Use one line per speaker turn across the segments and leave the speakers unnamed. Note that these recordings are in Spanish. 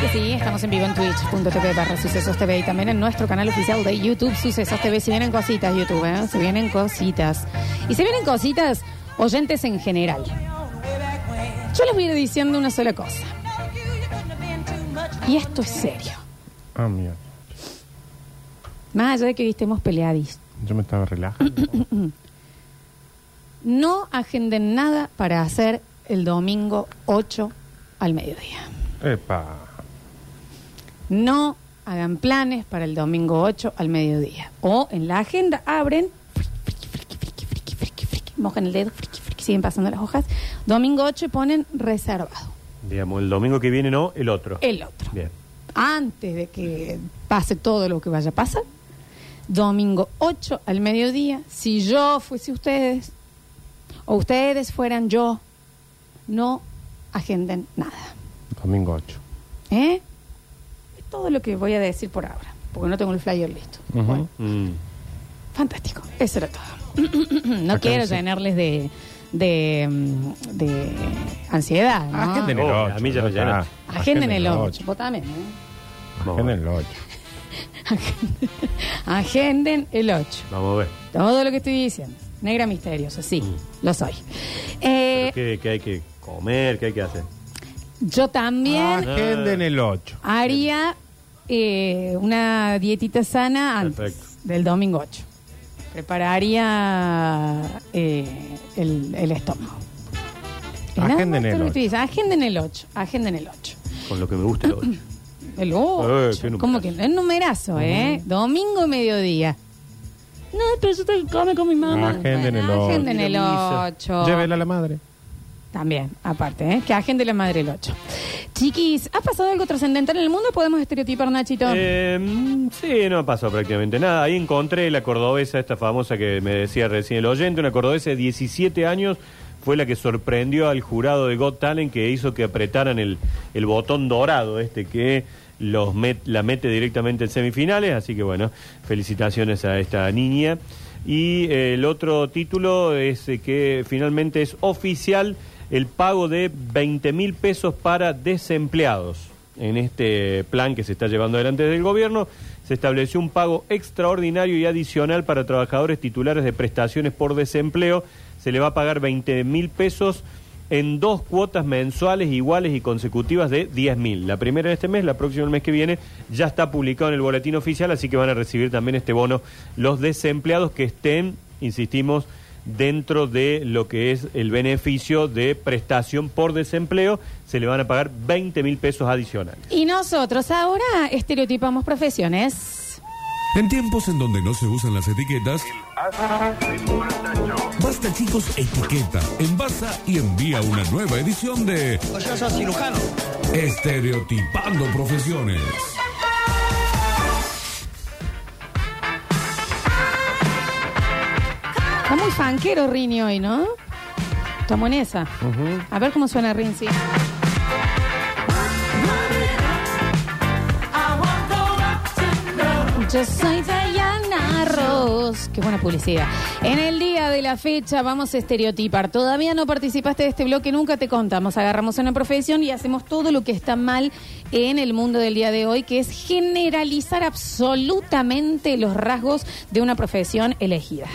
que sí, estamos en vivo en twitch.tv barra sucesos TV y también en nuestro canal oficial de YouTube, Sucesos TV. Se vienen cositas, YouTube, ¿eh? Se vienen cositas. Y se vienen cositas oyentes en general. Yo les voy a ir diciendo una sola cosa. Y esto es serio.
Ah, mira.
Más allá de que hoy estemos peleadis.
Yo me estaba relajando.
No agenden nada para hacer el domingo 8 al mediodía.
Epa.
No hagan planes para el domingo 8 al mediodía. O en la agenda abren, friki, friki, friki, friki, friki, friki, mojan el dedo, friki, friki, siguen pasando las hojas. Domingo 8 y ponen reservado.
Digamos, el domingo que viene no, el otro.
El otro.
Bien.
Antes de que pase todo lo que vaya a pasar. Domingo 8 al mediodía, si yo fuese ustedes o ustedes fueran yo, no agenden nada.
Domingo 8.
¿Eh? Es todo lo que voy a decir por ahora, porque no tengo el flyer listo. Bueno,
Mm,
fantástico, eso era todo. no
Acá
quiero
dice-
llenarles de, de, mm, de ansiedad, ¿no?
Agenden el
Oh,
8.
a mí ya me llena.
Agenden el 8. Vos también, ¿eh?
Agenden el 8.
Agenden el 8.
Vamos a ver.
Todo lo que estoy diciendo. Negra misteriosa, sí,
Mm.
lo soy. Eh,
¿Qué, qué hay que comer? ¿Qué hay que hacer?
yo
Ah,
también
Ah.
Agenden el 8.
haría eh, una dietita sana antes
Perfecto.
del domingo 8. Prepararía eh, el, el estómago. Es nada
Agenden
más todo
el
lo que
8.
estoy diciendo. Agenden el 8. Agenden el 8.
Con lo que me gusta el 8.
El 8.
Eh, qué numerazo.
¿Cómo que no? es numerazo, eh? Domingo mediodía. No, pero yo tengo que comer con mi mamá.
Agenden el
Bueno,
ocho.
agenden el
Ir a misa.
8.
Llévela a la madre.
También, aparte, ¿eh? que agende la madre el 8. Chiquis, ¿ha pasado algo trascendental en el mundo? ¿Podemos estereotipar, Nachito?
Eh, mm, sí, no ha pasado prácticamente nada. Ahí encontré la cordobesa, esta famosa que me decía recién el oyente, una cordobesa de 17 años, fue la que sorprendió al jurado de Got Talent que hizo que apretaran el, el botón dorado este que los met- la mete directamente en semifinales. Así que bueno, felicitaciones a esta niña. Y eh, el otro título es eh, que finalmente es oficial el pago de 20 mil pesos para desempleados. En este plan que se está llevando adelante desde el gobierno, se estableció un pago extraordinario y adicional para trabajadores titulares de prestaciones por desempleo. Se le va a pagar 20 mil pesos en dos cuotas mensuales iguales y consecutivas de 10 mil. La primera en este mes, la próxima el mes que viene, ya está publicado en el boletín oficial, así que van a recibir también este bono los desempleados que estén, insistimos, dentro de lo que es el beneficio de prestación por desempleo, se le van a pagar 20 mil pesos adicionales.
Y nosotros ahora estereotipamos profesiones.
En tiempos en donde no se usan las etiquetas, Basta Chicos etiqueta, envasa y envía una nueva edición de
Yo soy cirujano.
Estereotipando Profesiones.
Está muy fanquero Rini hoy, ¿no? Estamos en esa. A ver cómo suena Rinzi. Yo soy Diana Ross. Qué buena publicidad. En el día de la fecha vamos a estereotipar. Todavía no participaste de este bloque, nunca te contamos. Agarramos una profesión y hacemos todo lo que está mal en el mundo del día de hoy, que es generalizar absolutamente los rasgos de una profesión elegida.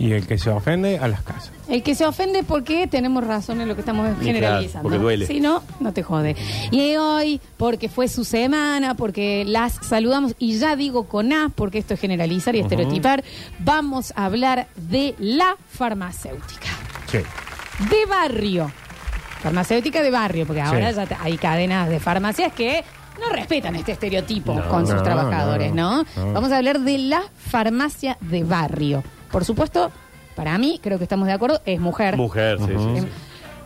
Y el que se ofende, a las casas.
El que se ofende porque tenemos razón en lo que estamos generalizando.
porque duele.
Si no, no te jode. Y hoy, porque fue su semana, porque las saludamos, y ya digo con A, porque esto es generalizar y estereotipar, vamos a hablar de la farmacéutica.
Sí.
De barrio. Farmacéutica de barrio, porque ahora
Sí.
ya te- hay cadenas de farmacias que no respetan este estereotipo
No,
con sus
no,
trabajadores,
no,
¿no?
no.
Vamos a hablar de la farmacia de barrio. Por supuesto, para mí, creo que estamos de acuerdo, es mujer.
Mujer, sí, sí,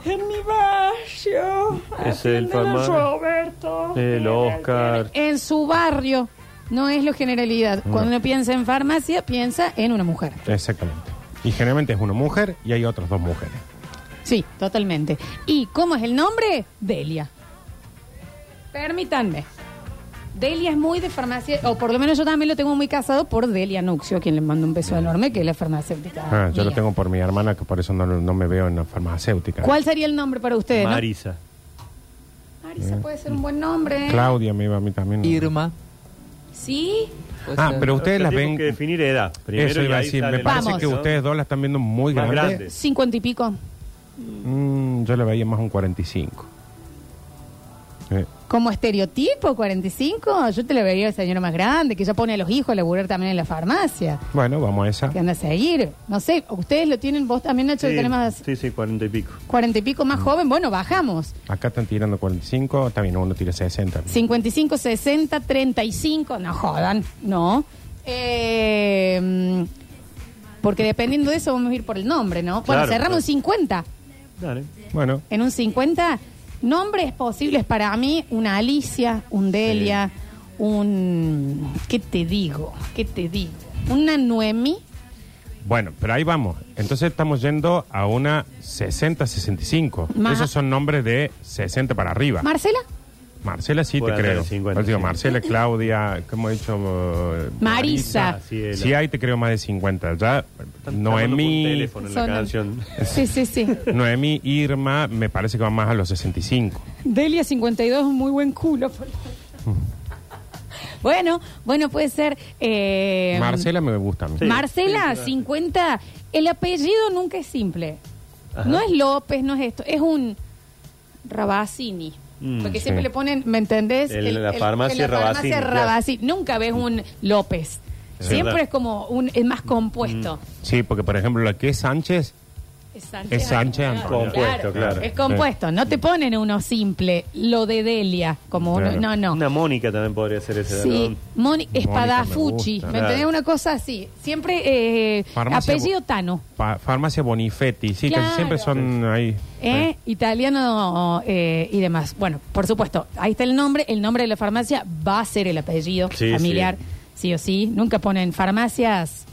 sí.
En mi barrio.
Es el
atienden a
farma-
Roberto.
El Oscar.
En su barrio. No es lo generalidad. Cuando uno piensa en farmacia, piensa en una mujer.
Exactamente. Y generalmente es una mujer y hay otras dos mujeres.
Sí, totalmente. ¿Y cómo es el nombre? Delia. Permítanme. Delia es muy de farmacia, o por lo menos yo también lo tengo muy casado por Delia Nuxio, a quien le mando un beso enorme, que es la farmacéutica.
Ah, yo lo
mía.
tengo por mi hermana, que por eso no, no me veo en la farmacéutica.
¿Cuál sería el nombre para ustedes? no?
Marisa.
Marisa
Mm.
puede ser un buen nombre. ¿eh?
Claudia me iba a mí también.
Irma.
¿Sí?
puede
Ah,
ser.
pero ustedes
Pero
las
tengo
ven.
que definir edad. Primero
Eso iba
y
a
ahí
decir.
sale
Me
el
parece
Vamos.
que
¿no?
ustedes dos la están viendo muy
Más
grande.
grande.
¿Cincuenta y pico?
Mm, yo la veía más un 45. Eh,
Como estereotipo, 45, yo te lo vería al señor más grande, que ya pone a los hijos a laburar también en la farmacia,
bueno, vamos a esa.
que anda a seguir. No sé, ustedes lo tienen, vos también, Nacho, que tenés más
Sí, sí, cuarenta y pico.
40 y pico más
Mm.
joven, bueno, bajamos.
Acá están tirando 45. Está bien, uno tira 60.
55, 60, 35, no jodan, no. Eh, mm, porque dependiendo de eso vamos a ir por el nombre, ¿no? Bueno,
Claro,
cerramos en
claro.
50.
Dale.
Bueno,
En un 50, nombres posibles para mí, una Alicia, un Delia, un... ¿Qué te digo? ¿Qué te digo? Una Noemi.
bueno, pero ahí vamos. Entonces estamos yendo a una 60-65.
Ma-
Esos son nombres de 60 para arriba.
Marcela.
Marcela sí te
Puede
creo.
haber 50,
Pero digo,
sí.
Marcela, Claudia, ¿cómo he dicho? Eh,
Marisa.
Cielo.
Sí, ahí te creo más de 50. Ya,
Están llamando por
Noemí,
teléfono en la
Son-
canción.
Sí, sí, sí.
Noemí, Irma, me parece que van más a los 65.
Delia 52, un muy buen culo. por- bueno, bueno, puede ser... eh,
Marcela me gusta a mí.
Sí.
Marcela,
Sí, sí,
50. El apellido nunca es simple.
Ajá.
No es López, no es esto. Es un Rabacini.
Mm,
Porque
sí.
siempre le ponen, ¿me entendés?
El- la farmacia
en la farmacia
Rabacini, claro.
Rabacini. Nunca ves un López.
Es
siempre
verdad. Mm.
es como un es más compuesto.
Sí, porque por ejemplo la que es Sánchez,
Es Sánchez.
Es Sánchez Antonio.
Compuesto, claro.
Es compuesto. No te ponen uno simple, lo de Delia, como uno.
Claro.
No, no.
Una Mónica también podría ser ese.
Sí,
¿no?
Moni,
me
Espadafucci.
gusta.
¿Me entendés?
Claro.
Una cosa así. Siempre eh,
Farmacia
apellido
Bo-
Tano.
pa- Farmacia Bonifetti, sí,
Claro.
casi siempre son ahí.
¿Eh? Italiano eh, y demás. Bueno, por supuesto, ahí está el nombre. El nombre de la farmacia va a ser el apellido
Sí,
familiar, sí. o sí. Nunca ponen farmacias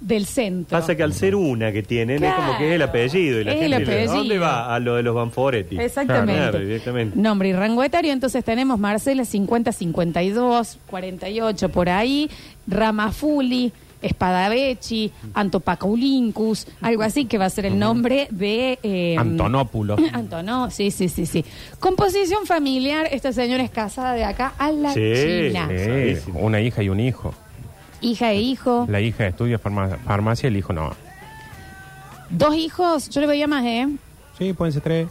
del centro.
Pasa que al ser una que tienen, es como que es el
Claro.
apellido. Y la
Es
gente
el
dice, ¿a ¿Dónde
apellido.
va? A lo de los Banforetti.
Exactamente.
Claro, directamente.
Nombre y rango etario. Entonces tenemos Marcela 50, 52, 48 por ahí, Ramafuli, Espadavechi, Antopaculincus, algo así que va a ser el nombre de... eh,
Antonópulo.
Antonó, sí, sí, sí, sí. Composición familiar, esta señora es casada de acá a la
Sí,
China.
sí.
Eh,
Sabísimo.
una hija y un hijo.
Hija e hijo.
La hija estudia farmacia, farmacia el hijo no.
Dos hijos, yo le veía más, ¿eh?
Sí, pueden ser tres.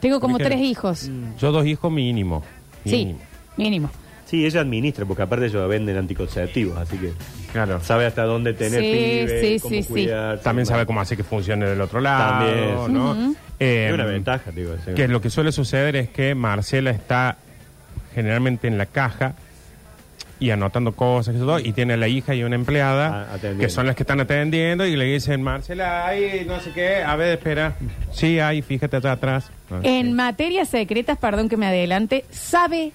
Tengo como
Porque-
tres hijos.
Mm.
Yo dos hijos mínimo.
Sí,
Mínimo.
mínimo.
Sí, ella administra, porque aparte ellos venden anticonceptivos, así que
Claro.
sabe hasta dónde tener
Sí,
pibes,
sí,
cómo
sí, sí.
cuidarse.
También sabe cómo hacer que funcione del otro lado,
También.
¿no? Eh,
Es una ventaja, digo. sí.
Que lo que suele suceder es que Marcela está generalmente en la caja y anotando cosas y todo, y tiene a la hija y una
Ah,
empleada
atendiendo.
que son las que están atendiendo y le dicen, Marcela, ay, no sé qué, a ver, espera. Sí, ay, fíjate allá atrás. Ah,
En
sí.
materias secretas, perdón que me adelante, sabe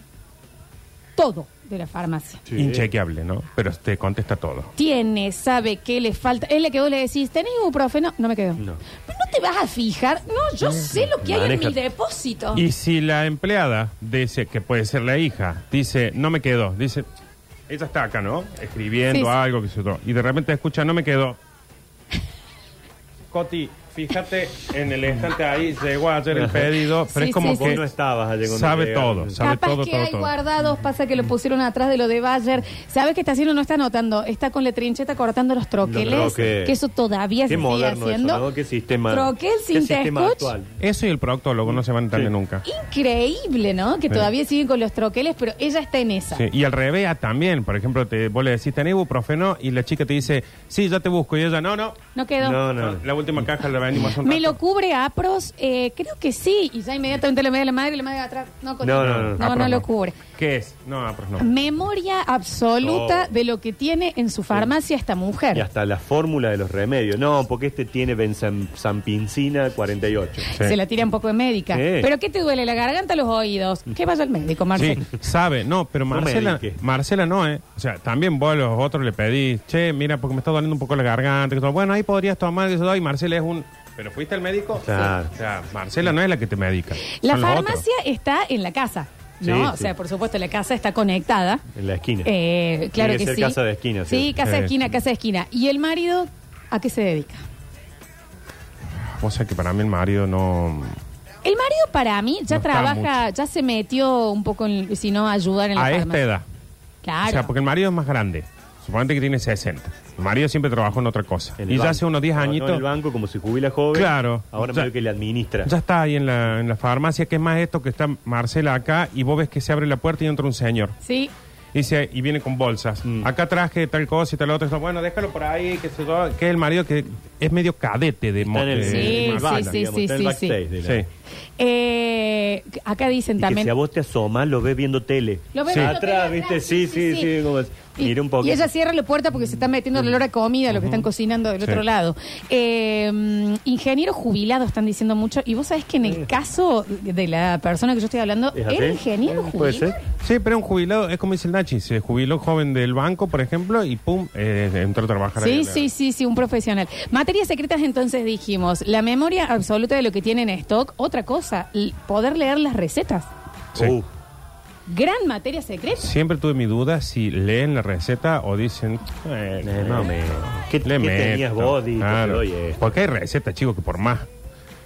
todo de la farmacia.
Sí.
Inchequeable, ¿no? Pero te contesta todo.
Tiene, sabe qué le falta. Es la que vos le decís, ¿tenés ibuprofeno? No me quedo.
No.
Pero no te vas a fijar. No, yo sé lo que hay en
Maneja-
mi depósito.
Y si la empleada dice que puede ser la hija, dice, no me quedo, dice, ella está acá, ¿no? Escribiendo
Sí, sí.
algo, que sé yo. Y de repente escucha, no me quedo. Coti, fíjate en el estante ahí, llegó ayer el pedido, pero
Sí,
es como
sí,
que
sí.
No estabas ayer cuando
sabe
llegaron.
todo, sabe
Capaz
todo,
que
todo,
hay
todo.
guardados, pasa que lo pusieron atrás de lo de Bayer. ¿Sabes qué está haciendo? No está anotando, está con la trincheta cortando los troqueles,
Los troqueles.
que eso todavía
Qué
se sigue
moderno eso,
haciendo.
¿no? Qué sistema.
Troquel
qué
sin
sistema
tescuch.
actual.
Eso y el productólogo no se van a entender
Sí.
nunca.
Increíble, ¿no? Que
Sí.
todavía siguen con los troqueles, pero ella está en esa.
Sí, Y al revés ah, también, por ejemplo, te, vos le decís, ¿tenés ibuprofeno? Y la chica te dice, sí, ya te busco. Y ella, no, no,
No quedó.
No, no.
la última caja la venimos hace un
¿Me lo
rato".
cubre APROS? Eh, creo que sí. Y ya inmediatamente le media la madre y la madre atrás. No, con-
No, no, no.
no,
Ah, pero
lo cubre.
¿Qué es? No, ah, pero no.
Memoria absoluta
No.
de lo que tiene en su farmacia esta mujer.
Y hasta la fórmula de los remedios. No, porque este tiene benzampicina 48.
Sí.
Se la tira un poco de médica.
Sí.
¿Pero qué te duele? ¿La garganta o los oídos? Que vaya al médico, Marcelo.
Sí, sabe, no, pero
No me
Marcela,
dedique.
Marcela no, ¿eh? O sea, también vos a los otros le pedís, che, mira, porque me está doliendo un poco la garganta, que todo. bueno, ahí podrías tomar, que todo, y Marcela es un... ¿Pero fuiste al médico?
Claro.
O sea, Marcela no es la que te medica.
La
son los otros.
farmacia está en la casa. ¿no?
Sí,
o
sí.
sea, por supuesto, la casa está conectada.
En la esquina.
Eh, claro
Tiene que
que
ser
sí.
casa de esquina,
Sí,
sí.
casa de
Sí.
esquina, casa de esquina. ¿Y el marido a qué se dedica?
O sea, que para mí el marido no...
El marido para mí ya
No está
trabaja, ya se metió un poco, en, si no, ayudar en la
a esta
farmacia.
edad.
Claro.
O sea, porque el marido es más grande. Suponete que tiene 60. El marido siempre trabajó en otra cosa.
En el
Y ya
banco.
hace unos 10
No, no
añitos.
en el banco, como se jubila joven.
Claro.
Ahora
Ya-
medio que le administra.
Ya está ahí en la, en la farmacia, que es más esto que está Marcela acá, y vos ves que se abre la puerta y entra un señor.
Sí.
Y, dice- y viene con bolsas.
Mm.
Acá traje tal cosa y tal otra. Bueno, déjalo por ahí, que, se, va- que es el marido que es medio cadete de
Está en el,
de- de
Sí, sí,
Marcela.
sí,
digamos,
sí,
está en
sí,
el backstage de la-
Sí.
Eh, acá dicen
Y que
también.
si a vos te asomas, lo ves viendo tele.
Lo ves
Sí.
viendo
Atrás,
tele
¿viste?
atrás,
Sí, sí, sí. como-
Y,
Mira un poco.
y ella cierra la puerta porque se está metiendo el olor a comida, lo que están cocinando del otro lado. Eh, mm, ingenieros jubilados están diciendo mucho. Y vos sabés que en el caso de la persona que yo estoy hablando,
¿Es así?
¿era ingeniero
Eh,
jubilado?
¿Puede ser?
Sí, pero un jubilado, es como dice el Nachi, se jubiló joven del banco, por ejemplo, y pum, eh, entró a trabajar. ahí
Sí,
en la-
sí, sí, sí, un profesional. Materias secretas, entonces dijimos, la memoria absoluta de lo que tiene en stock. Otra cosa, l- poder leer las recetas.
Sí.
Uh,
Gran materia secreta.
Siempre tuve mi duda si leen la receta o dicen, eh, no me.
¿Qué- qué tenías vos, Dito?
Claro.
Pero, oye.
Porque hay recetas, chicos, que por más.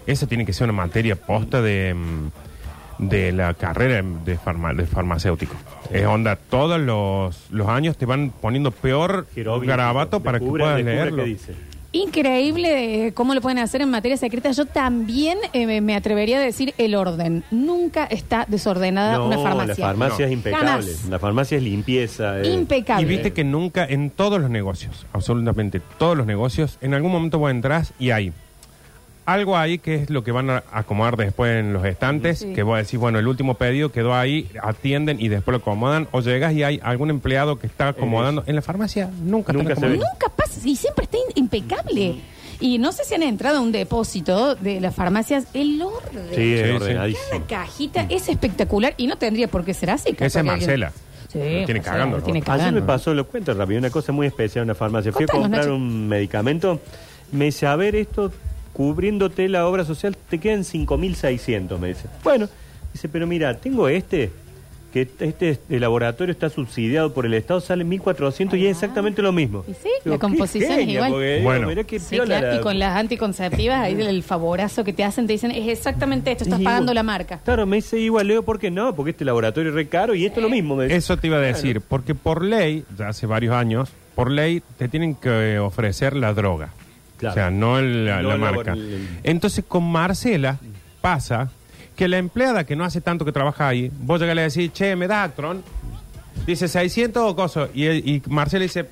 Eso tiene que ser una materia posta de, mm, de la carrera de, farma- de farmacéutico. Es onda, todos los, los años te van poniendo peor
jeroglífico.
garabato para que
Descubra-
puedas
descubra qué
leerlo.
dice.
Increíble eh, cómo lo pueden hacer en materia secreta. Yo también eh, me- me atrevería a decir el orden. Nunca está desordenada Ah, una
No,
farmacia.
La farmacia es impecable.
Jamás.
La farmacia es limpieza. eh. es-
Impecable.
Y viste que nunca, en todos los negocios, absolutamente todos los negocios, en algún momento vos entras y hay algo ahí que es lo que van a acomodar después en los estantes,
Sí.
que vos decís, bueno, el último pedido quedó ahí, atienden y después lo acomodan, o llegas y hay algún empleado que está acomodando. En la farmacia nunca, están
Nunca se ve.
acomodando.
Nunca pasa y siempre está in- impecable.
Mm.
Y no sé si han entrado a un depósito de las farmacias. El orden.
Sí, es
Sí, sí.
ordenadísimo.
Cada cajita es espectacular y no tendría por qué ser así. capaz
Esa Mm. es
que alguien-
Marcela.
Sí,
Lo tiene
Marcela,
cagando.
lo tiene
¿no?
cagando.
Ayer me pasó, lo cuento rápido, una cosa muy especial en una farmacia. Fui a
Contanos,
comprar
Nacho.
un medicamento. Me dice, a ver, esto, cubriéndote la obra social, te quedan 5.600, me dice. Bueno, dice, pero mira, tengo este, que t- este es- el laboratorio está subsidiado por el Estado, sale 1.400 y es exactamente lo mismo.
Y sí, la composición es igual.
bueno,
Bueno.
Sí, claro, y con las anticonceptivas, ahí el favorazo que te hacen, te dicen, es exactamente esto, estás pagando la marca.
Claro, me dice igual, Leo, ¿por qué no? Porque este laboratorio es re caro y
Eh,
esto es lo mismo, me dice.
Eso te iba a decir, porque por ley, ya hace varios años, por ley te tienen que eh, ofrecer la droga.
Claro.
O sea, no el- la,
No
la
el labor-
marca.
el- Mm.
Entonces, con Marcela pasa que la empleada que no hace tanto que trabaja ahí, vos llegás y le decís, che, me da Actron. Dice 600 o coso. Y, el- y Marcela dice,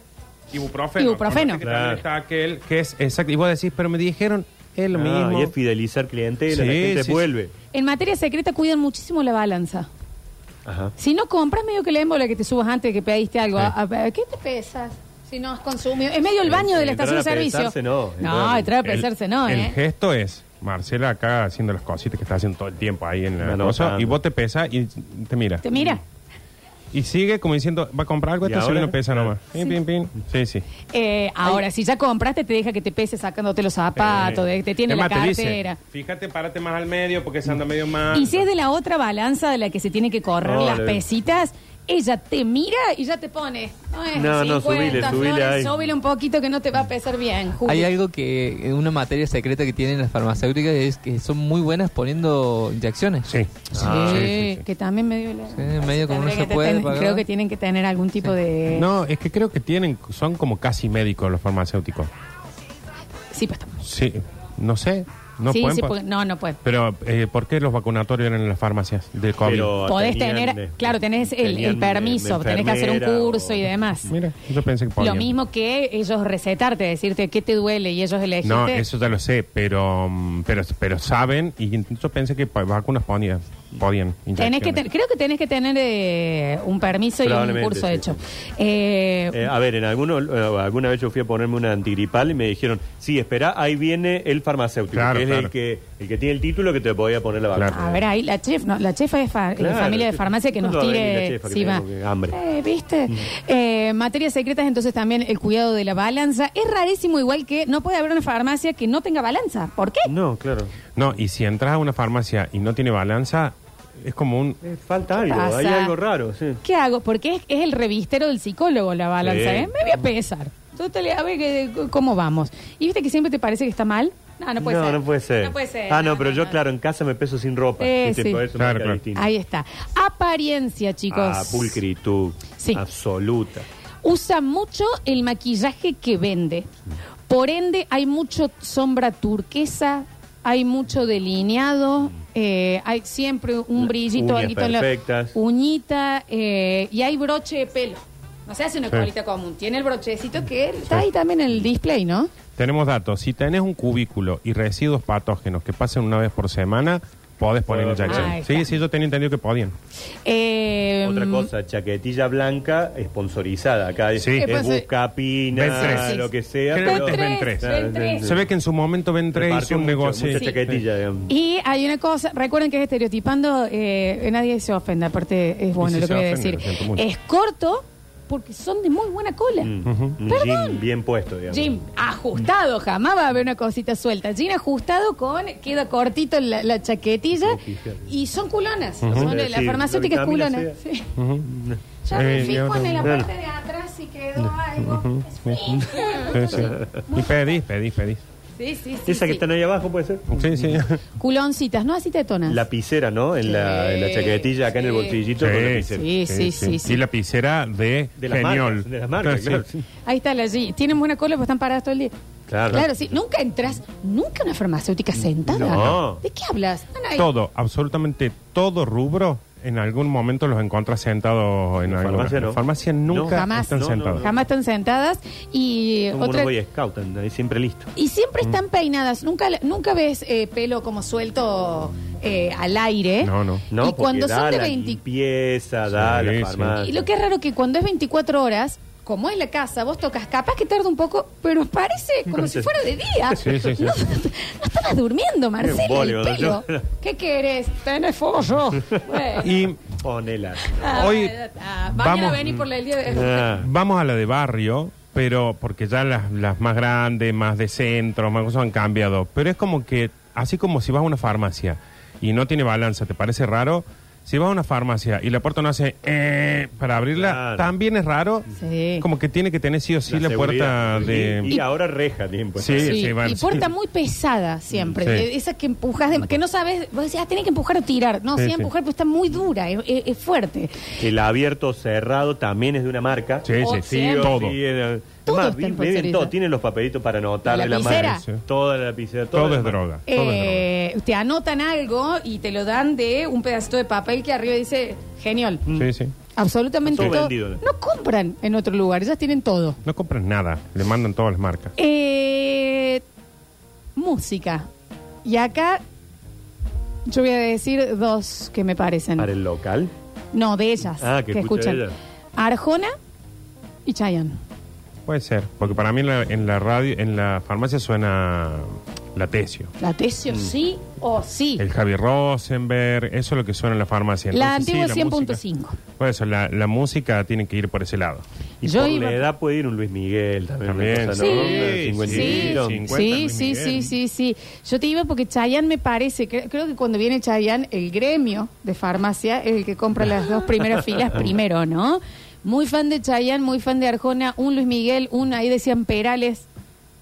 ibuprofeno.
Ibuprofeno.
O no sé qué también
Claro.
está aquel que es exacto. Y vos decís, pero me dijeron es lo
Ah,
mismo.
y es fidelizar clientela, la
Sí,
gente
sí, sí.
vuelve.
En materia secreta cuidan muchísimo la balanza.
Ajá.
Si no compras, medio que la émbola que te subas antes de que pediste algo.
Sí.
A- a- ¿Qué te pesas si no has consumido? Es medio el baño de la
Entrar
estación de
a
servicio.
pesarse, no.
no,
Entrar-
entrar a
El-
pesarse no,
El
¿eh?
gesto es Marcela acá haciendo las cositas que está haciendo todo el tiempo ahí en la
Anotando.
cosa. Y vos te pesas y te mira.
Te mira.
Y sigue como diciendo, va a comprar algo,
¿Y
esta
ahora?
solo pesa nomás.
Sí.
Pin, pin, pin. Sí, sí.
Eh, ahora, si ya compraste, te deja que te pese sacándote los zapatos, de- te tiene la
Además, te dice,
cartera.
Fíjate, párate más al medio porque se anda medio más.
Y si es de la otra balanza de la que se tiene que correr
No,
las
le-
pesitas, ella te mira y ya te pone. "Ay,
No, no,
50,
subile, subile
Flores,
ahí".
súbile un poquito que no te va a pesar bien. Juli.
Hay algo que, eh, una materia secreta que tienen las farmacéuticas es que son muy buenas poniendo inyecciones.
Sí.
Sí,
Ah, sí, sí, sí.
que también medio... la-
Sí, medio como no
Tendría
se
que
puede
ten-
pagar.
Creo que tienen que tener algún tipo de...
No, es que creo que tienen, son como casi médicos los farmacéuticos.
Sí, pues, estamos.
Sí, no sé, no
sí,
pueden.
sí,
pa-
porque- no, no puede.
Pero, eh, ¿por qué los vacunatorios eran en las farmacias del COVID?
Pero
Podés
tenían,
tener,
eh,
claro, tenés el- el,
tenían, eh,
permiso, tenés que hacer un
enfermera
curso
o-
y demás.
Mira, yo pensé que
Lo
podían.
mismo que ellos recetarte, decirte qué te duele y ellos elegirte.
No, eso ya lo sé, pero, mm, pero, pero saben, y yo pensé que pa- vacunas podían. podían
Tenés que
inyecciones.
ten- creo que tenés que tener eh, un permiso y un
Probablemente,
curso
sí,
hecho.
Eh,
Eh,
a ver, en alguno, eh, alguna vez yo fui a ponerme una antigripal y me dijeron, sí, espera, ahí viene el farmacéutico,
Claro,
que es
claro.
el, que, el que tiene el título que te podía poner la vacuna.
Claro.
a ver, ahí la chef, no, la chefa de fa- eh,
Claro,
familia de
sí.
farmacia que nos
¿Cuándo va a venir la
tire
chefa que
encima.
tengo que- hambre? Mm.
Eh, ¿Viste? Eh, materias secretas, entonces también el cuidado de la balanza. Es rarísimo, igual que no puede haber una farmacia que no tenga balanza. ¿Por qué?
No, claro.
No, y si entras a una farmacia y no tiene balanza, es como un...
Eh, falta algo,
pasa?
hay algo raro, sí.
¿Qué hago? Porque es, es el revistero del psicólogo la balanza,
Sí.
¿eh? Me voy a pesar. Total, a ver que- cómo vamos. Y viste que siempre te parece que está mal. No, no puede ser.
No, puede ser.
No puede ser.
Ah, no, pero yo, claro, en casa me peso sin ropa.
Sí,
¿viste?
sí.
Por eso me
Claro,
queda
claro.
distinto.
Ahí está. Apariencia, chicos.
Ah, pulcritud.
Sí.
Absoluta.
Usa mucho el maquillaje que vende. Por ende, hay mucho sombra turquesa, hay mucho delineado, eh, hay siempre un
Mm. Las
brillito
uñas
alguito en la
perfectas.
uñita eh, y hay broche de pelo. No se hace una
Sí.
colita común. Tiene el brochecito que está ahí también en el display, ¿no?
Tenemos datos. Si tenés un cubículo y residuos patógenos que pasen una vez por semana, podés poner el
Puedo
jackson.
poner.
Sí, sí, yo tenía entendido que podían.
Eh,
Otra cosa, chaquetilla blanca esponsorizada. Acá es,
Sí.
es
Eh, pues,
busca
Ven
pina,
tres.
lo que sea.
Creo
pero-
que ven tres. Se ve que en su momento Ben Trey hizo
Repartió
un
mucho,
negocio.
Mucha
Sí.
chaquetilla, digamos.
Y hay una cosa, recuerden que es estereotipando, eh, nadie se ofenda, aparte es bueno
si
lo
se
que voy a
ofende,
decir.
lo siento mucho.
Es corto porque son de muy buena cola.
Mm, un jean bien puesto, digamos.
Jim, ajustado, jamás va a haber una cosita suelta. Jim ajustado con, queda cortito la, la chaquetilla
Sí, fíjate.
y son culonas.
Lo
Son
que
de
te
las
decía,
farmacéuticas
la vitamina
culonas.
C.
Sí.
Ujú.
Yo me
Eh,
fijo en la
no, no.
parte de atrás y quedó algo.
Mm, Sí, sí. Y pedís, pedís, pedís.
Sí, sí, sí.
Esa
sí. Ah.
que están ahí abajo puede ser.
Sí, sí.
Culoncitas, no así tetonas.
Lapicera, ¿no? En, la,
Sí,
en la chaquetilla, acá en el
sí.
bolsillito. con lapicera.
Sí, sí, sí, sí.
Y la piscera de,
De las
Geniol.
marcas, de las marcas,
Ah, Sí.
claro. Sí.
Ahí está la G. Tienen buena cola, pero están paradas todo el día.
Claro.
sí. Nunca entras, nunca una farmacéutica sentada.
No.
¿De qué hablas? No, no, hay-
Todo, absolutamente todo rubro, en algún momento los encuentras sentados en
En
algún
farmacia
lugar.
no.
farmacia nunca
No, jamás.
están
No,
no,
sentados.
Jamás están sentadas y
Como
otra.
unos Boy Scout, andan ahí siempre listo.
Y siempre
Mm.
están peinadas. Nunca, nunca ves eh, pelo como suelto eh, al aire.
No, no.
No,
y cuando
porque da
son de
la
20.
limpieza, da
Sí, sí.
la farmacia.
Y lo que es raro que cuando es 24 horas, como es la casa, vos tocas, capaz que tarda un poco, pero parece como
No
si
sé.
fuera de día.
Sí, sí, sí.
No, no estabas durmiendo, Marcelo. el
boludo,
pelo.
yo-
¿Qué querés? Tenés follo. Bueno.
Y
Ponela.
Ah,
hoy
bueno, ah, mañana
vamos-
vení por el día de...
Ah,
vamos a la de barrio, pero porque ya las, las más grandes, más de centro, más cosas han cambiado. Pero es como que, así como si vas a una farmacia y no tiene balanza, ¿te parece raro? Si vas a una farmacia y la puerta no hace eh, para abrirla,
Claro.
también es raro.
Sí.
Como que tiene que tener sí o sí la, puerta
seguridad.
de...
Y, y ahora reja, pues. tiempo.
Sí.
Sí,
van-
y puerta muy pesada siempre.
Sí.
Eh, Esa que empujas, de- que no sabes, vos decís, ah, tenés que empujar o tirar. No,
Sí,
sí,
sí.
empujar, pero está muy dura, es, es- es fuerte.
El abierto cerrado también es de una marca.
Sí,
Oh,
sí,
sí,
o
todo.
sí, eh,
Todo
además,
está
vi-
en
viven
pulseriza.
todo, tienen los papelitos para anotar
La
la
lapicera.
mano.
Sí.
Toda la lapicera.
Todo
la-
es droga. Todo es droga.
Eh, te anotan algo y te lo dan de un pedacito de papel que arriba dice, genial.
Sí, sí.
Absolutamente
Todo
todo.
vendido, ¿no?
No compran en otro lugar, ellas tienen todo.
No compran nada, le mandan todas las marcas.
Eh, música. Y acá yo voy a decir dos que me parecen.
Para el local.
No, de ellas.
Ah, que escucha
escuchan.
ella.
Arjona y Chayanne.
Puede ser, porque para mí en la, en la radio, en la farmacia suena la tesio.
La Tesio
Mm.
sí o sí.
El Javi Rosenberg, eso es lo que suena en la farmacia.
la
Entonces,
antigua
sí, la música-
100.5.
Por eso, la, la música tiene que ir por ese lado.
Y
Yo
por
iba-
la edad puede ir un Luis Miguel también. una
También,
cosa,
sí,
¿no?
sí,
Cincuentito.
sí. 50
Sí,
Luis
sí,
Miguel.
sí, sí, sí. Yo te iba porque Chayanne me parece, cre- creo que cuando viene Chayanne, el gremio de farmacia es el que compra las dos primeras filas primero, ¿no? Muy fan de Chayanne, muy fan de Arjona, un Luis Miguel, un ahí decían Perales,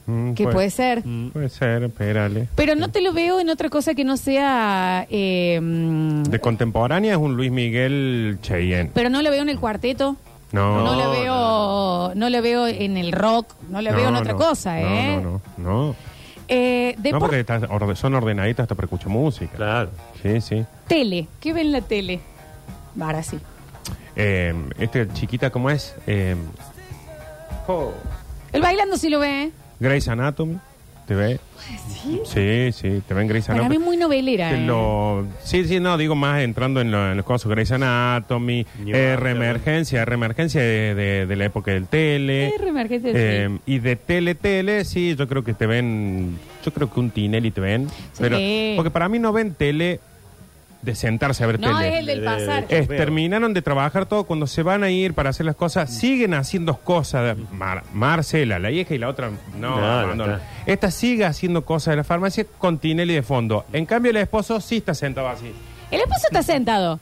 Mm,
que puede ser.
Mm, Puede ser, espérale.
Pero no te lo veo en otra cosa que no sea... eh, mm,
De contemporánea es un Luis Miguel Cheyenne.
pero no lo veo en el cuarteto.
No,
No
no,
la
no,
veo, no la veo en el rock, no la veo en otra
no.
cosa,
No,
¿eh?
No, no, no.
Eh,
No,
deporte-
porque estás orde- son ordenaditas hasta para escuchar música.
Claro.
Sí, sí.
tele, ¿qué ven la tele? Ahora sí.
Eh, este chiquita, ¿cómo es? Eh,
El bailando sí lo ve. ¿eh?
Grey's Anatomy, ¿te ve?
Sí.
Sí, sí, te ven Grey's
Para mí
Anatomy.
muy novelera.
Te
¿eh?
lo- sí, sí, no, digo más entrando en, lo- en los cosas Grey's Anatomy,
New
R
Order.
Emergencia, R Emergencia de, de- de la época del tele.
R Emergencia,
Eh,
sí.
Y de tele, tele, sí, yo creo que te ven, yo creo que un Tinelli te ven. Pero, porque para mí no ven tele de sentarse a ver
No,
tele. eh.
es el del
de-
pasar.
de-
Es, terminaron de trabajar todo cuando se van a ir para hacer las cosas,
Mm.
siguen haciendo cosas. Mar- Marcela, la hija y la otra, no,
Nada,
abandona.
está.
Esta sigue haciendo cosas de la farmacia con Tinelli de fondo. En cambio, el esposo sí está sentado así.
El esposo está sentado.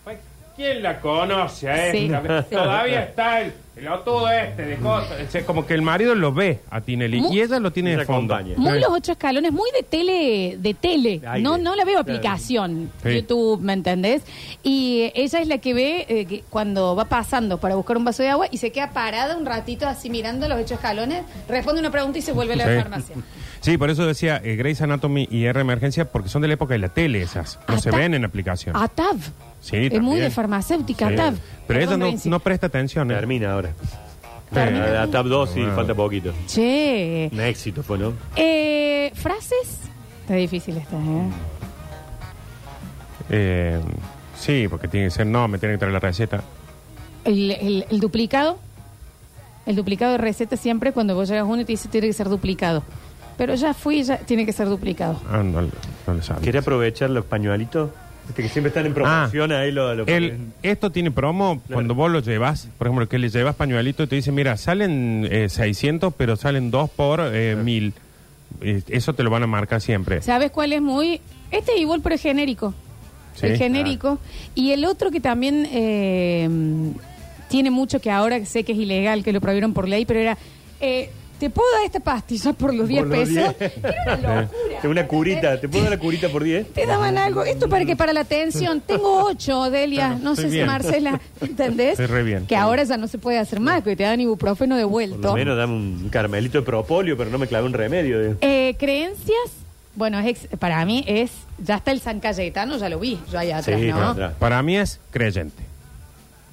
¿Quién la conoce a
Sí.
esta?
Sí.
Todavía está el, el otudo este de cosas. Es como que el marido lo ve a Tinelli
Mu-
y ella lo tiene
Ella
de fondo.
acompaña.
Muy
Sí.
los ocho escalones, muy de tele, de tele.
Aire.
No, no la veo
Claro.
aplicación,
Sí.
YouTube, ¿me entendés? Y eh, ella es la que ve eh, que cuando va pasando para buscar un vaso de agua y se queda parada un ratito así mirando los ocho escalones, responde una pregunta y se vuelve a la
Sí.
farmacia.
Sí, por eso decía eh, Grey's Anatomy y R Emergencia, porque son de la época de la tele esas. No se
Ata-
ven en aplicación.
ATAV.
Sí,
es muy
también.
de farmacéutica,
Sí.
ATAV.
Pero ella
Perdón,
no,
Renzi.
no presta atención. ¿eh?
Termina ahora.
Termina.
Eh, la tab 2 sí,
Ah.
falta poquito.
Che.
Un éxito fue, ¿no?
Eh, Frases. Está difícil esta, ¿eh?
Eh, sí, porque tiene que ser, no, me tiene que traer la receta.
El, el- el duplicado. El duplicado de receta siempre cuando vos llegas a uno y te dice tiene que ser duplicado. Pero ya fui, ya tiene que ser duplicado.
Ah, no, no lo sabía.
¿Quiere aprovechar los pañuelitos? Viste que siempre están en promoción ahí lo, lo-
Ah. El- esto tiene promo cuando vos lo llevas, por ejemplo, que le llevas pañuelito y te dice, mira, salen eh, 600, pero salen 2 por eh, 1000. Eh, Eso te lo van a marcar siempre.
¿Sabes cuál es muy...? Este es igual pero es genérico.
Sí,
el genérico.
Ah.
Y el otro que también eh, tiene mucho que ahora sé que es ilegal, que lo prohibieron por ley, pero era... eh, te puedo dar esta pastilla por los 10
los
pesos.
10.
Era una locura.
Tengo una curita, ¿te puedo dar la curita por 10?
Te daban algo. Esto para que para la atención. Tengo ocho, Delia.
Claro,
no sé
estoy
si
bien.
Marcela. ¿Entendés?
Estoy re bien.
Que ahora ya no se puede hacer más, que te dan ibuprofeno
Por lo
devuelto.
menos dame un carmelito de propolio, pero no me clavé un remedio. digo.
Eh, Creencias. Bueno, es ex- para mí es. Ya está el San Cayetano, ya lo vi. Yo ahí atrás,
Sí,
¿no?
atrás.
Para mí es creyente.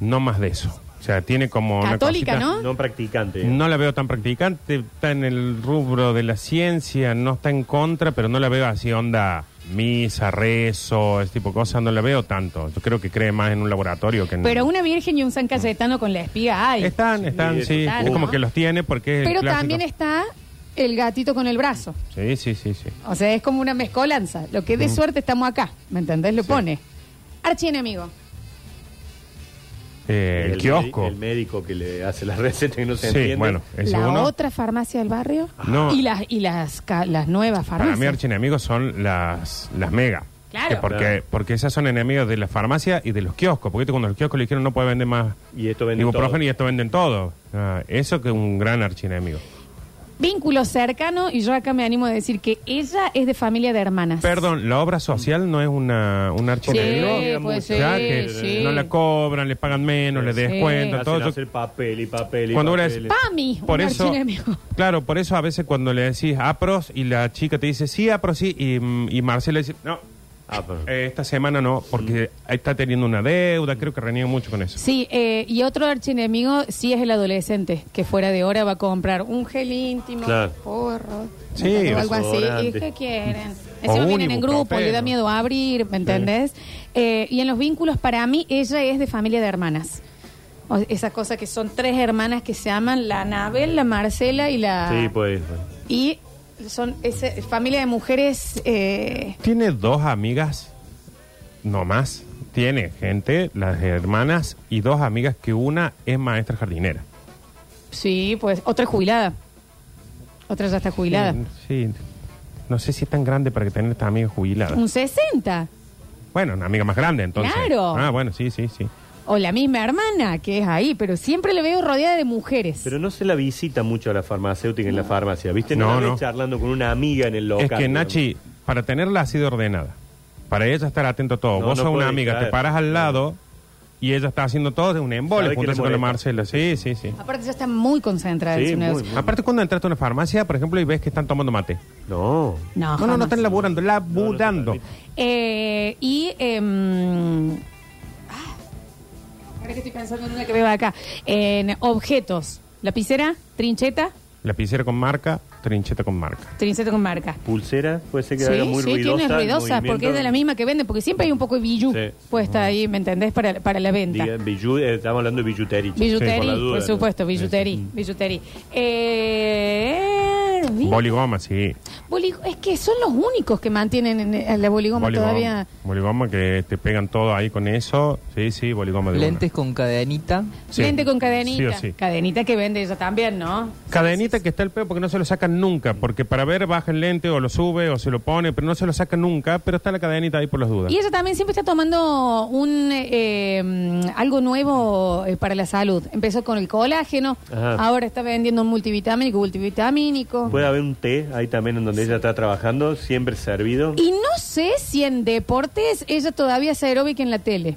No más de eso. O sea, tiene como... una
Católica,
cosita-
¿no?
No practicante.
No la veo tan practicante, está en el rubro de la ciencia, no está en contra, pero no la veo así onda misa, rezo, ese tipo de cosas, no la veo tanto. Yo creo que cree más en un laboratorio que en...
Pero una virgen y un San Cayetano con la espiga hay.
Están, están, sí.
están,
es
¿no?
como que los tiene porque... es el
pero
clásico.
también está el gatito con el brazo.
Sí, sí, sí, sí.
O sea, es como una mezcolanza. Lo que
Mm.
de suerte estamos acá. ¿Me entendés? Lo pone. Archienemigo.
Eh, el,
medi-
kiosco.
El médico que le hace las recetas y no se
Sí,
entiende.
bueno, ese
la
uno. Ah.
otra farmacia del barrio
No.
y las y las ca- las nuevas
Para mí
farmacias.
archienemigos son las, las mega.
Claro.
Que porque,
Claro.
porque esas son enemigos de la farmacia y de los kioscos. Porque viste, cuando los kioscos le dijeron no puede vender más
Y esto vende
ibuprofeno
todo.
y esto venden todo. Ah, eso que es un gran archienemigo.
Vínculo cercano y yo acá me animo a decir que ella es de familia de hermanas.
Perdón, la obra social no es una, un
Sí,
archienemigo.
puede
sí,
Ya
ser,
que
sí.
no la cobran, le pagan menos, le
Sí.
descuentan,
Hacen
todo. Yo-
hacer papel y papel y
Cuando uno
papel.
es-
Pami,
Por
un
eso,
archienemigo.
claro, por eso a veces cuando le decís APROS y la chica te dice sí, APROS sí, y, mm, y Marcela dice no,
Ah, pero-
eh, esta semana no, porque está teniendo una deuda, creo que reniega mucho con eso.
Sí, eh, y otro archienemigo sí es el adolescente, que fuera de hora va a comprar un gel íntimo,
Claro.
porro,
Sí,
¿entendés? o algo así. ¿Y
desodorante.
qué quieren?
O
Encima
un
vienen en grupo, le da
ibuprofeno.
miedo a abrir, ¿me entendés? Eh, y en los vínculos, para mí, ella es de familia de hermanas. O- Esa cosa que son tres hermanas que se aman, la Anabel, la Marcela y la...
Sí, pues.
Y son esa familia de mujeres... eh,
Tiene dos amigas, no más. Tiene gente, las hermanas, y dos amigas que una es maestra jardinera.
sí, pues otra es jubilada. Otra ya está jubilada.
Eh, Sí, sí. No sé si es tan grande para que tener esta amiga jubilada.
Un 60.
Bueno, una amiga más grande, entonces.
Claro.
Ah, bueno, sí, sí, sí.
O la misma hermana que es ahí, pero siempre le veo rodeada de mujeres.
Pero no se la visita mucho a la farmacéutica en la farmacia, ¿viste?
No,
la ves
no.
charlando con una amiga en el local.
Es que Nachi, para tenerla ha sido ordenada. Para ella estar atento a todo.
No,
Vos sos
no
una
puede
amiga, te
distraer.
paras al lado y ella está haciendo todo de un embole
Sabe que le
juntarse con la
molesta.
Marcela. Sí, sí, sí.
Aparte ya está muy concentrada en
Sí,
su
muy,
negocio.
muy.
Aparte, cuando entraste a una farmacia, por ejemplo, y ves que están tomando mate.
No.
No,
No, no, no
jamás.
están laburando, laburando.
No, no
Eh, y... em, ah, ahora que estoy pensando en una que veo acá. En objetos. Lapicera, trincheta,
Lapicera con marca, trincheta con marca.
trincheta con marca.
Pulsera, puede ser que
Sí,
haga muy
sí,
ruidosa.
tiene
el
ruidosas porque es de la
movimiento.
misma que vende, porque siempre hay un poco de billu
Sí.
puesta ahí, ¿me entendés? Para, para la venta.
Diga, billu- eh, estamos hablando de billutería.
Billutería,
la
por,
duda, ¿no?
supuesto, billutería, billutería. Eh, de mí.
Boligoma, sí.
Boli- es que son los únicos que mantienen en- en la boligoma, todavía.
Boligoma que te pegan todo ahí con eso. Sí, sí, boligoma de una.
Lentes con cadenita.
Sí.
Lente con cadenita.
Sí o sí.
Cadenita que vende ella también, ¿no?
Cadenita que está el pedo porque no se lo sacan nunca, porque para ver baja el lente o lo sube o se lo pone, pero no se lo saca nunca, pero está la cadenita ahí por las dudas.
Y ella también siempre está tomando un eh, mm, algo nuevo eh, para la salud. Empezó con el colágeno,
Ajá.
ahora está vendiendo un multivitamínico, multivitamínico.
Puede haber un té ahí también en donde ella está trabajando, siempre servido.
Y no sé si en deportes ella todavía es aeróbica en la tele,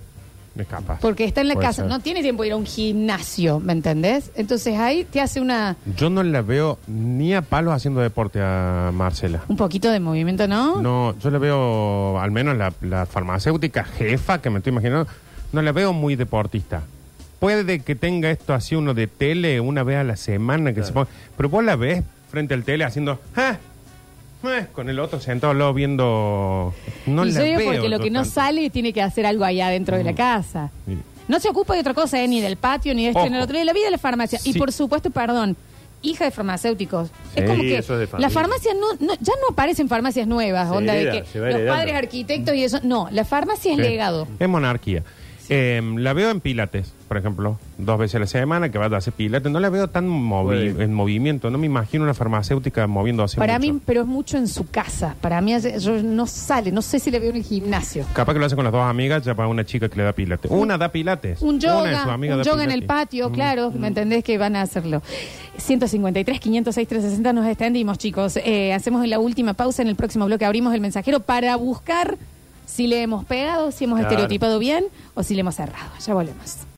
Es capaz.
porque está en la
Puede
casa,
ser.
no tiene tiempo de ir a un gimnasio, ¿me entendés? Entonces ahí te hace una
Yo no la veo ni a palos haciendo deporte a Marcela.
un poquito de movimiento, ¿no?
No, yo la veo, al menos la, la farmacéutica jefa que me estoy imaginando, no la veo muy deportista. Puede que tenga esto así uno de tele una vez a la semana, que se ponga- pero vos la ves frente al tele haciendo... "Ah, ah", Con el otro sentado al lado viendo... No
y
la
yo digo
veo
porque lo
yo
que no
tanto.
sale tiene que hacer algo allá dentro
Mm.
de la casa.
Sí.
No se ocupa de otra cosa, eh, ni del patio, ni de esto,
Ojo.
ni del otro, ni de la vida de la farmacia. Y
Sí.
por supuesto, perdón, hija de farmacéuticos.
Sí,
es como que
eso es de familia.
la farmacia no, no- ya no aparecen farmacias nuevas,
Se
onda
hereda,
de que
se va
los
heredando.
padres arquitectos y eso. No, la farmacia es
Sí.
legado.
Es monarquía. Eh, la veo en pilates, por ejemplo, dos veces a la semana que va a hacer pilates. No la veo tan movi-
Bueno.
en movimiento. No me imagino una farmacéutica moviéndose
Para
mucho.
mí, pero es mucho en su casa. Para mí, yo no sale. No sé si le veo en el gimnasio.
Capaz que lo hace con las dos amigas, ya para una chica que le da pilates. Una da pilates.
Un
Una de Mm. sus
yoga,
amigas
un
da
yoga en
pilates.
el patio, claro, ¿me entendés que van a hacerlo? 153, 506, 360 nos extendimos, chicos. Eh, hacemos la última pausa en el próximo bloque, abrimos el mensajero para buscar si le hemos pegado, si hemos
Claro.
estereotipado bien o si le hemos cerrado. Ya volvemos.